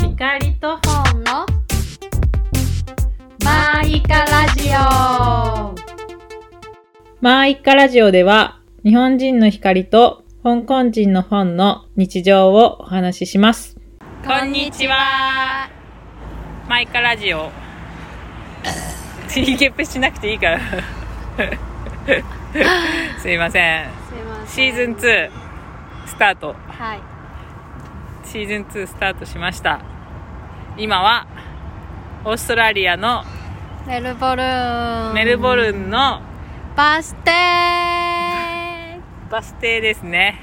光と本のマイカラジオマーイカラジオでは日本人の光と香港人の本の日常をお話ししますこんにちはマイカラジオチリゲップしなくていい からすいませんすいませシんーズン2スタートはいシーズン2スタートしました今はオーストラリアのメルボルンメルボルンのバス停はバス停です ね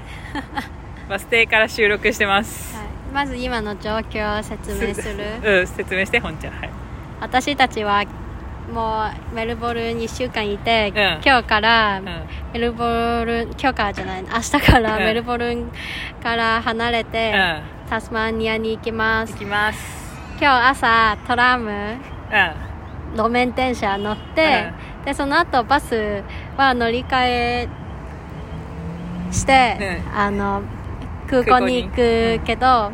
バス停から収録してます、いまず今の状況を説明す るうん説明して本ちゃんはい私たちはもうメルボルンに1週間いて、ん今日からうんメルボルン、今日からじゃない明日からうんメルボルンから離れて、うタスマニアに行きまんす行きます今日朝トラムう路面電車乗って、でその後バスは乗り換えして、うあの空港に行空港にくけど、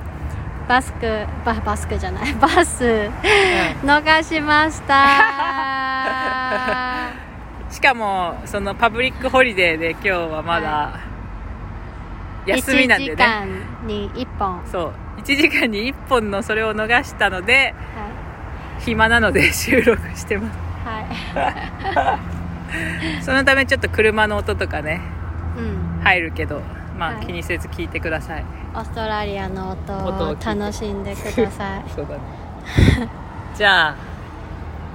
バスクババスクじ ゃないバスん、逃しましたうん、しかもそのパブリックホリデーで今日はまだ 休みなんでね1時間に1本、はいそう1時間に1本のそれを逃したので暇なので収録してます はそのためちょっと車の音とかねい、うん、入るけどまはあい気にせず聞いてください、オーストラリアの音音を聞をいて楽しんでくださいそうだね じゃあ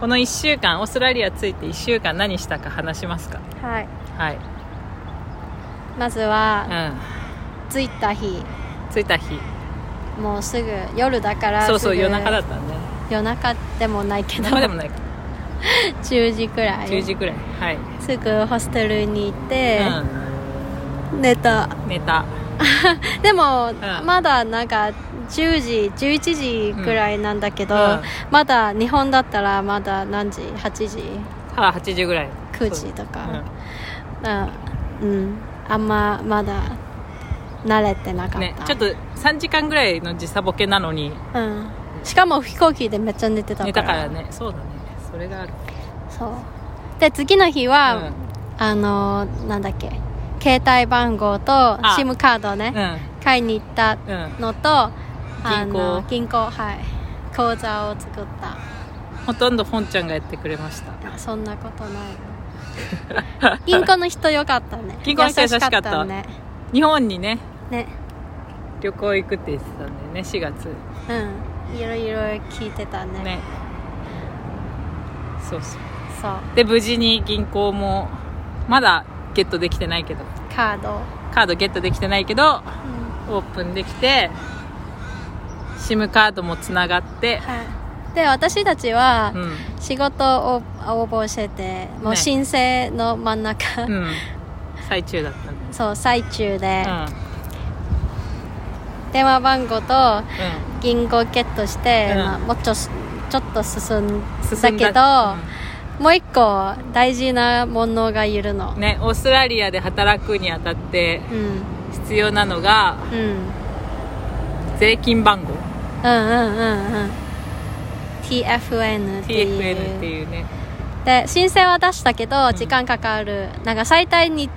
この1週間オーストラリア着いて1週間何したか話しますかはい はい、まずは、う着いた日ん、着いた日もうすぐ夜だからそうそうすぐ夜中だった ね夜中でもないけど生で もない10時くらい10時くらいはい、すぐホステルに行って、寝たうん、寝たでも、んまだなんか10時11時くらいなんだけど、うんうんまだ日本だったらまだ何時8時は8時ぐらい9時とそうかうん、うんあんままだ慣れてなかうった、んね、ちょっと3時間ぐらいの時差ボケなのにうん、しかも飛行機でめっちゃ寝てた寝かたらからねそうだねそれがあるそうで次の日は、あのーなんだっけ携帯番号と SIM カードをね、う買いに行ったんうん、うん、のとあ銀行の銀行はい口座を作ったほとんど本ちゃんがやってくれましたそんなことないよ 銀行の人よかったね銀行の人優しかったね日本にねね旅行行くって言ってたんだよね4月うんいろいろ聞いてたねねそうそうそうで無事に銀行もまだゲットできてないけどカード、カードゲットできてないけどうんオープンできて SIM カードもつながって、はい、で私たちはうん仕事を応募しててもうね申請の真ん中、うん最中だったんそう最中で、だね電話番号うと銀行ゲットして、うんまあ、もうちょちょっと進んん進だんけど、もう一個大事なものがいるのうんねオーストラリアで働くにあたってうん必要なのがうんうん税金番号うんうんうん TFN っていう TFN っていうねで申請は出したけどん時間かかる、なんか最大に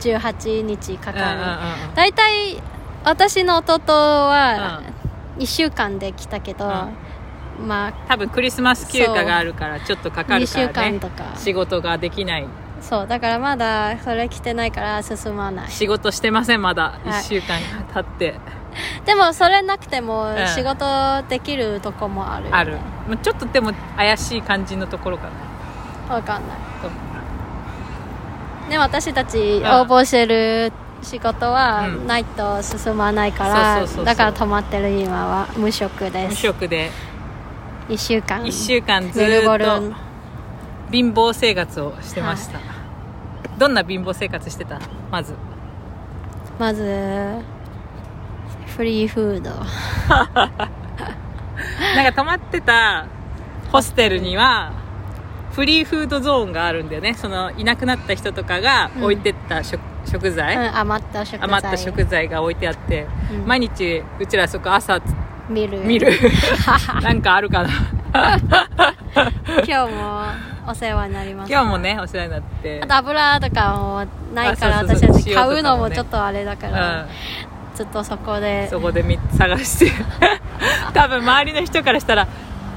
18日かかる、う大体私の弟んうんうんはうん1週間で来たけど、まあ多分クリスマス休暇があるからちょっとかかる2から週ね間とか仕事ができないそうだからまだそれ来てないから進まない仕事してませんまだ、一は1い週間経ってでもそれなくてもうん仕事できるとこもあるよね、ある、まあ、ちょっとでも怪しい感じのところかなわかんないとでも私たちん応募してる仕事はうんないと進まないから、そうそうそうそうだから止まってる今は無職で無す職で1週間1週間ずメルボルーっンと貧乏生活をしてました、どんな貧乏生活してたまずまずフリーフードなんか泊まってたホステルにはフリーフードゾーンがあるんだよねそのいなくなった人とかが置いてった食,、食材、うん余った食材余った食材が置いてあって、うん毎日うちらそこ朝見る 見るなんかあるかな今日もお世話になりました今日もねお世話になってあと油とかもないからあそうそう私そうたち塩とかも買ねうのもちょっとあれだかうら、んちょっとそこでそこで見探して 多分周りの人からしたら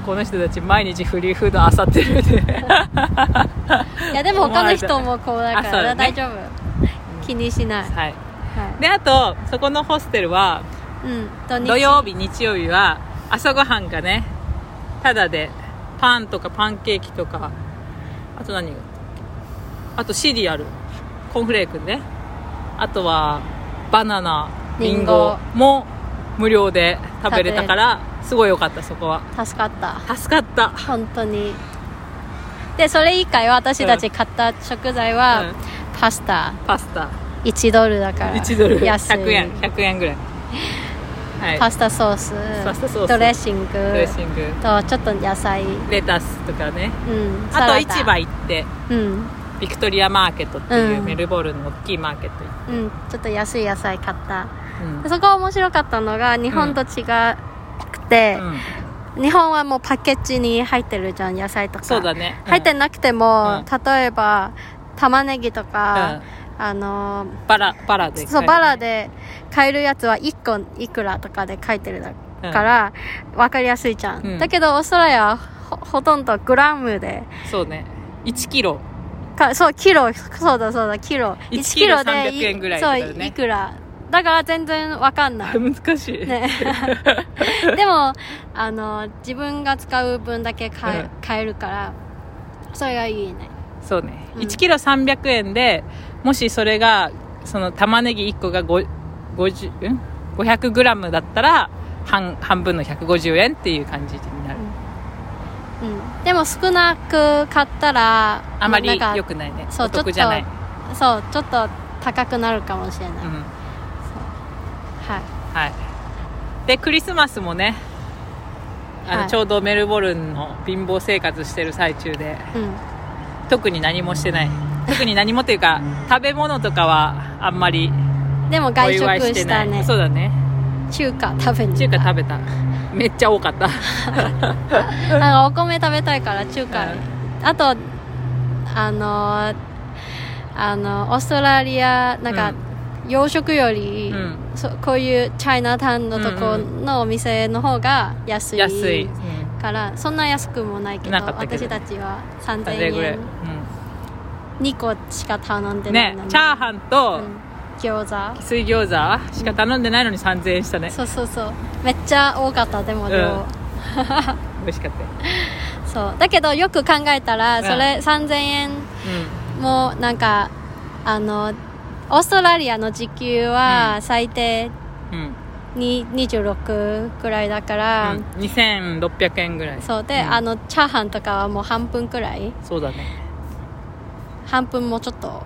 この人たち毎日フリーフードあさってるでいやでも他の人もこうだあかそうだねら大丈夫気にしない、ははいいであとそこのホステルはうん、土日土曜日日曜日は朝ごはんがねただでパンとかパンケーキとかあと何あとシリアルコーンフレークねあとはバナナリリンンゴゴも無料で食べれたからすごい良かったそこは助かった助かった本当にでそれ以外は私たち買った食材は、うんパスタパスタ1ドルだから1ドル安い100円100円ぐらいはいパスタソースパスタソースドレッシングドレッシングとちょっと野菜、うん、レタスとかねサあラとダ市場行ってうん、ビクトリアマーケットっていううんメルボルンの大きいマーケット行っうん、ちょっと安い野菜買ったて、うんでそこ面白かったのが日本と違くて、うん日本はもうパッケージに入ってるじゃん野菜とかそうだね入ってなくても、う例えば玉ねぎとうんか、あのバラバラで買えるそうバラで買えるやつは1個いくらとかで書いてるだから、分かりやすいじゃん、うんだけどオーストラリアはほほとんどグラムでそうね1キロかそうキロそうだそうだキロ1 1キロで300円ぐらいだそうよねいくらだから全然分かんない難しい、ね、 でもあの自分が使う分だけ買え,、うん買えるからそれがいいねそうねうん1キロ300円でもしそれがその玉ねぎ1個が5 50ん500グラムだったら半半分の150円っていう感じになる、うん、でも少なく買ったらあまりなんか良くないねそうお得じゃないちょそうちょっと高くなるかもしれない、うはんいはいでクリスマスもねあの、はいちょうどメルボルンの貧乏生活してる最中でう特に何もしてない特に何もというか食べ物とかはあんまりん、でもお外祝い食してしなたいねそうだね中華食べに中華食べためっちゃ多かったべなんかお米食べたいから中華、うんあとあのーあのオーストラリアなんか、洋食より、うんそこういうチャイナタウンのとこのお店の方が安い安い、からそんな安くもないけどなかったけど私たちはうん、あれぐ3000らい、円2個しか頼んうでん、ないねのにチャーハンとうん餃子水餃子しか頼んでないのに3000円したねそうそうそうめっちゃ多かったでも量、うん美味しかったよ、そうだけどよく考えたらうんそれ3000円もなんかあのオーストラリアの時給うは最低うんうんに26くらいだから、うん、2600円ぐらいそうで、うんあのチャーハンとかはもう半分くらいそうだね半分もちょっと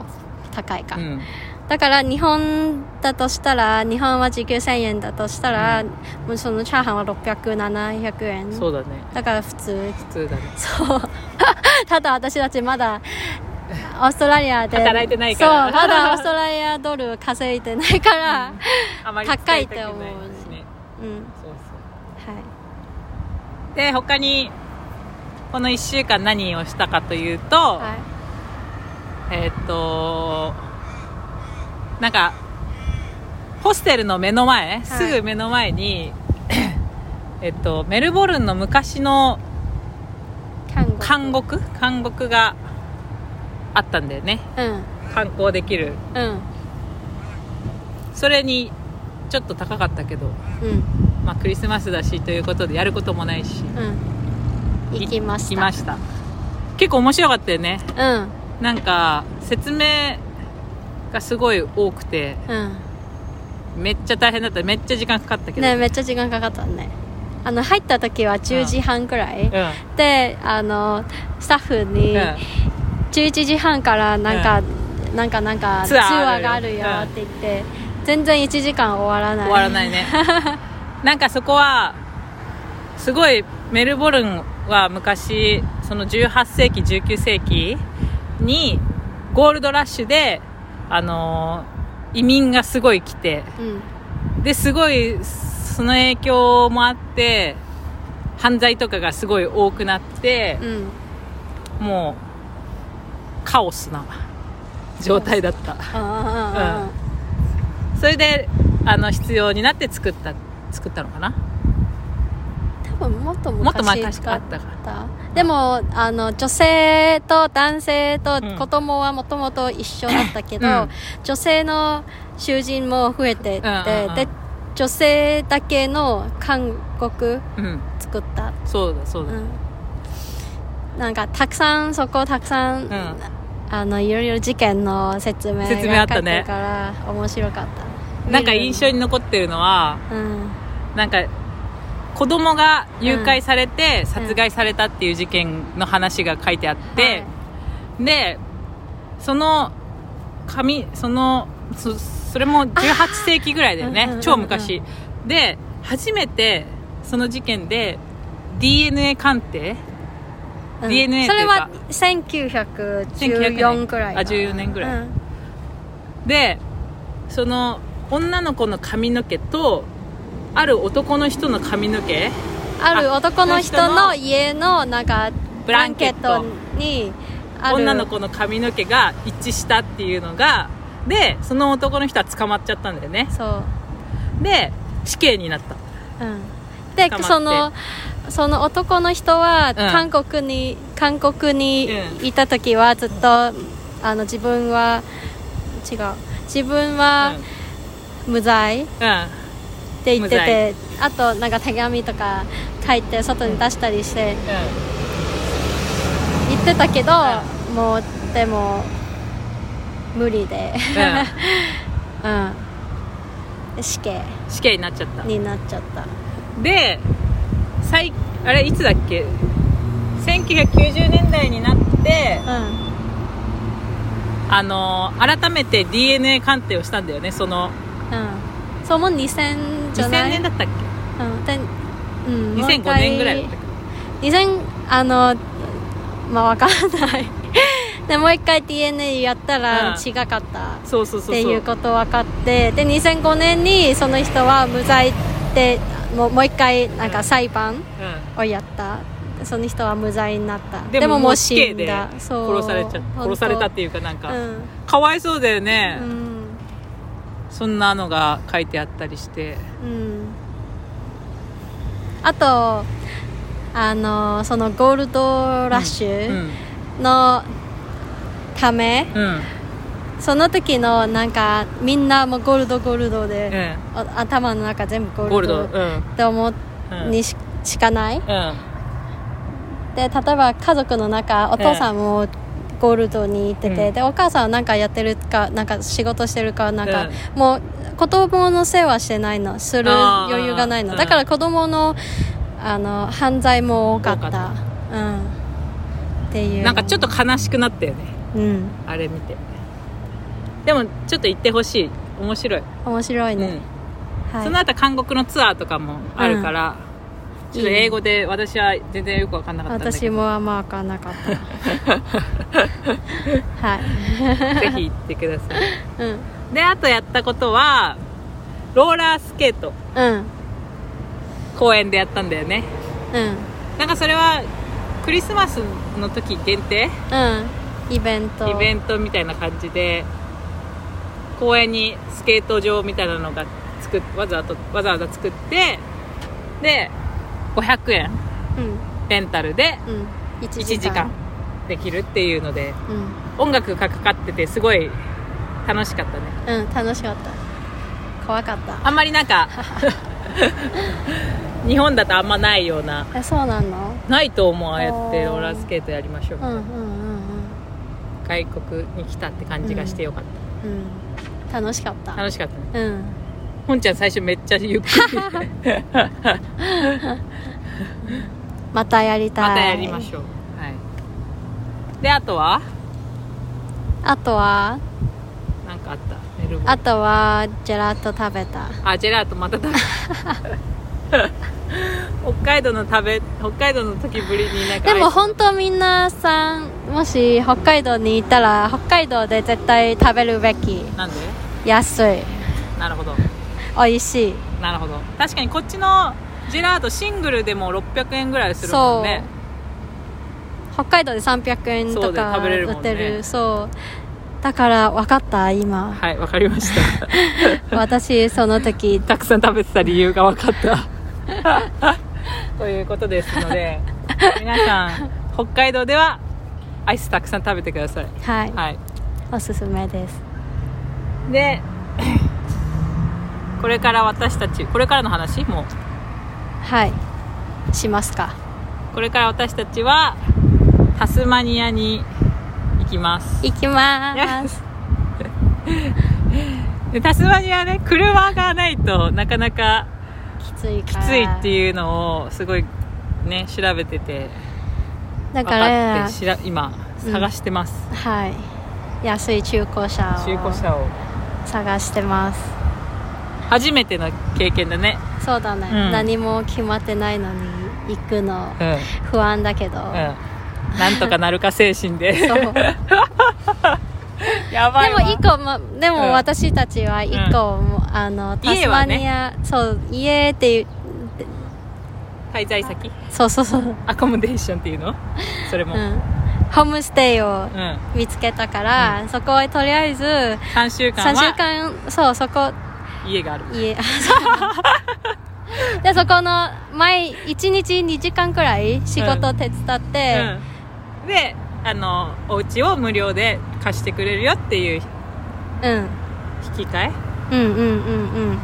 高いか、うんだから日本だとしたら日本は時給1000円だとしたら、うんもうそのチャーハンは600700円そうだねだから普通普通だねそう ただ私たちまだオーストラリアで働いてないからそうまだオーストラリアドル稼いでないから、あまり高いって思う使たくないしねうんそうそはいうで他にこの1週間何をしたかというと、はえーっとなんかホステルの目の前、すぐ目の前に えっとメルボルンの昔のい看護監獄監獄があったんだよねうん観光できるうんそれにちょっと高かったけど、うんまあ、クリスマスだしということでやることもないしうん行きました行きました結構面白かったよねうんなんか説明がすごい多くてうんめっちゃ大変だっためっちゃ時間かかったけど、ねめっちゃ時間かかったねあの入った時は10時半くらい、うんであのスタッフにうん11時半からなんか、なんかなんかツアーあるがあるよって言って、全然1時間終わらない終わらないね なんかそこはすごいメルボルンは昔その18世紀19世紀にゴールドラッシュであのー移民がすごい来てうんですごいその影響もあって犯罪とかがすごい多くなってう、んもうカオスな状態だったあそれであの必要になって作った作ったのかなー多分もっともっと前昔確か使あったっからたでもあの女性と男性とうん子供はもともと一緒だったけど、うん女性の囚人も増えてって、うんうんうんで女性だけの韓国うん作った、そうだそううだ、ん、なんかたくさんそこたくさん、んあのいろいろ事件の説明が書説明あったねいてから面白かったなんか印象に残ってるのはうんなんか子供が誘拐されて殺害されたっていう事件の話が書いてあって、でその紙そのそそれも18世紀ぐらいだようんうんうんねうん超昔で初めてその事件で DNA 鑑定はいうん DNA それはと1914くらいかなあ14年ぐらいうんでその女の子の髪の毛とある男の人の髪の毛ある男の人の家のなんかブランケットブランケットにある女の子の髪の毛が一致したっていうのがでその男の人は捕まっちゃったんだよねそう、で死刑になったうん、で捕まってそのその男の人はん韓国に、韓国にういた時はずっとあの自分は違う自分は無罪ってう言ってて、あとなんか手紙とか書いて外に出したりしてんうん、うん言ってたけど、もうでも無理で、 うん、死刑死刑になっちゃったになっちゃったで最あれいつだっけ1990年代になってうんあのー改めて DNA 鑑定をしたんだよねそのうんそうもう2000じゃ2000ない年だったっうんでうんけもう一2005回年ぐらいだったっ2000あのまあわかんない でもう一回 DNA やったらうん違かったっけそうそうそうてそいううこと分かってで2005年にその人は無罪でもうもう一回なんか裁判をやったその人は無罪になったうん、でももう死刑んでだ殺そうされちゃ本当殺されたっていうかなんか、うんかわいそうだよね、うんそんなのが書いてあったりしてうんあとあのそのゴールドラッシうュんのため、うんその時のなんかみんなもうゴールドゴールドうで、んお頭の中全部ゴゴーールルドドうっんて思ううんにししかないうんで例えば家族の中お父さんもゴールドに行ってて、うんでお母さんはなんかやってるかなんか仕事してるかなんか、うんもう子供の世話してないのするあー余裕がないのうんだから子供のあの犯罪も多かった多かうん、っていうなんかちょっと悲しくなったよねうんあれ見てでもちょっと行ってほしい面白い、面白いね、はい、その後韓国のツアーとかもあるから、んちょっと英語で私は全然よく分かんなかったんだけ私どもあんま分かんな かったはい、ぜひ行ってくださいうん、であとやったことはローラースケートうん公園でやったんだよねうんなんかそれはクリスマスの時限定うんイベントイベンントみたいな感じで公園にスケート場みたいなのが作っわざわざわざわざ作ってで500円トうんレンタルでうん1 1時間できるっていうのでうん音楽がかかっててすごい楽しかったねうん楽しかった怖かったあんまりなんか日本だとあんまないようなえそうなのないと思うああやってあーローラースケートやりましょううんうんうん外国に来たって感じがしてよかっうんうん楽しかったた楽しかったねうん本ちゃん最初めっちゃゆっくりまたやりたいまたやりましょう、はい、であとはあとは何かあったメルボルンあとはジェラート食べたあジェラートまた食べ 北海道の食べ北海道の時ぶりになんかでアイスも本当みんなさんもし北海道に行ったら北海道で絶対食べるべきなんで安いなるほど美味しいなるほど確かにこっちのジェラートシングルでも600円ぐらいするもんね北海道で300円そとうだよか食べれる売もんねってるそうだから分かった 今はいわかりました私その時たくさん食べてた理由が分かった ということですので皆さん北海道ではアイスたくさん食べてくださいはいはいおすすめですで これから私たちこれからの話もうはいしますかこれから私たちはタスマニアに行きます行きますでタスマニアね車がないとなかなか きついきからついっていうのをすごいね調べててだ分かかっらてしら今うん探してます、はい安い中古車中古を車を探してます初めての経験だねそうだね、うん何も決まってないのに行くのうんうん不安だけど、なんとかなるか精神 でそうでもやばいわ一個もでうんも私たちは一個も、あのタス家マはニねア、そう家っていう滞在先そうそうそう、アコモデーションっていうのそれうも、うんん、ホームステイを三見つけたから、そこへとりあえず3週間3週は間そうそこ家がある家 でそこの毎1日2時間くらい仕事手伝って、うん、であのお家を無料で貸してくれるよっていううん、引き換うんうんうんうん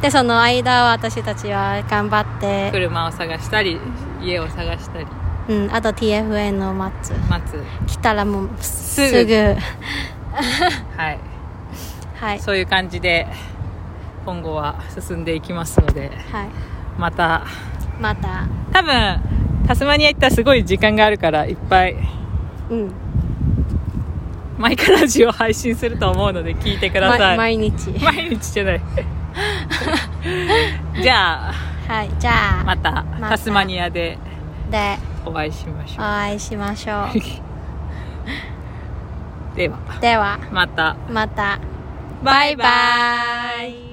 でその間は私たちは頑張っえて、車を探したり家を探したりうん、あと TFN を待つ待つ来たらもうすすぐぐはい、はい、そういう感じで今後は進んでいきますのではい、またまた多分タスマニア行ったらすごい時間があるからいっぱいうんマイカラジオ配信すると思うので聞いてくださまい、毎日毎日じゃない じゃあはいじゃあまたたタスマニアででお会いしましおょ会いしましょ うではうではまたまたバイバイバイバイ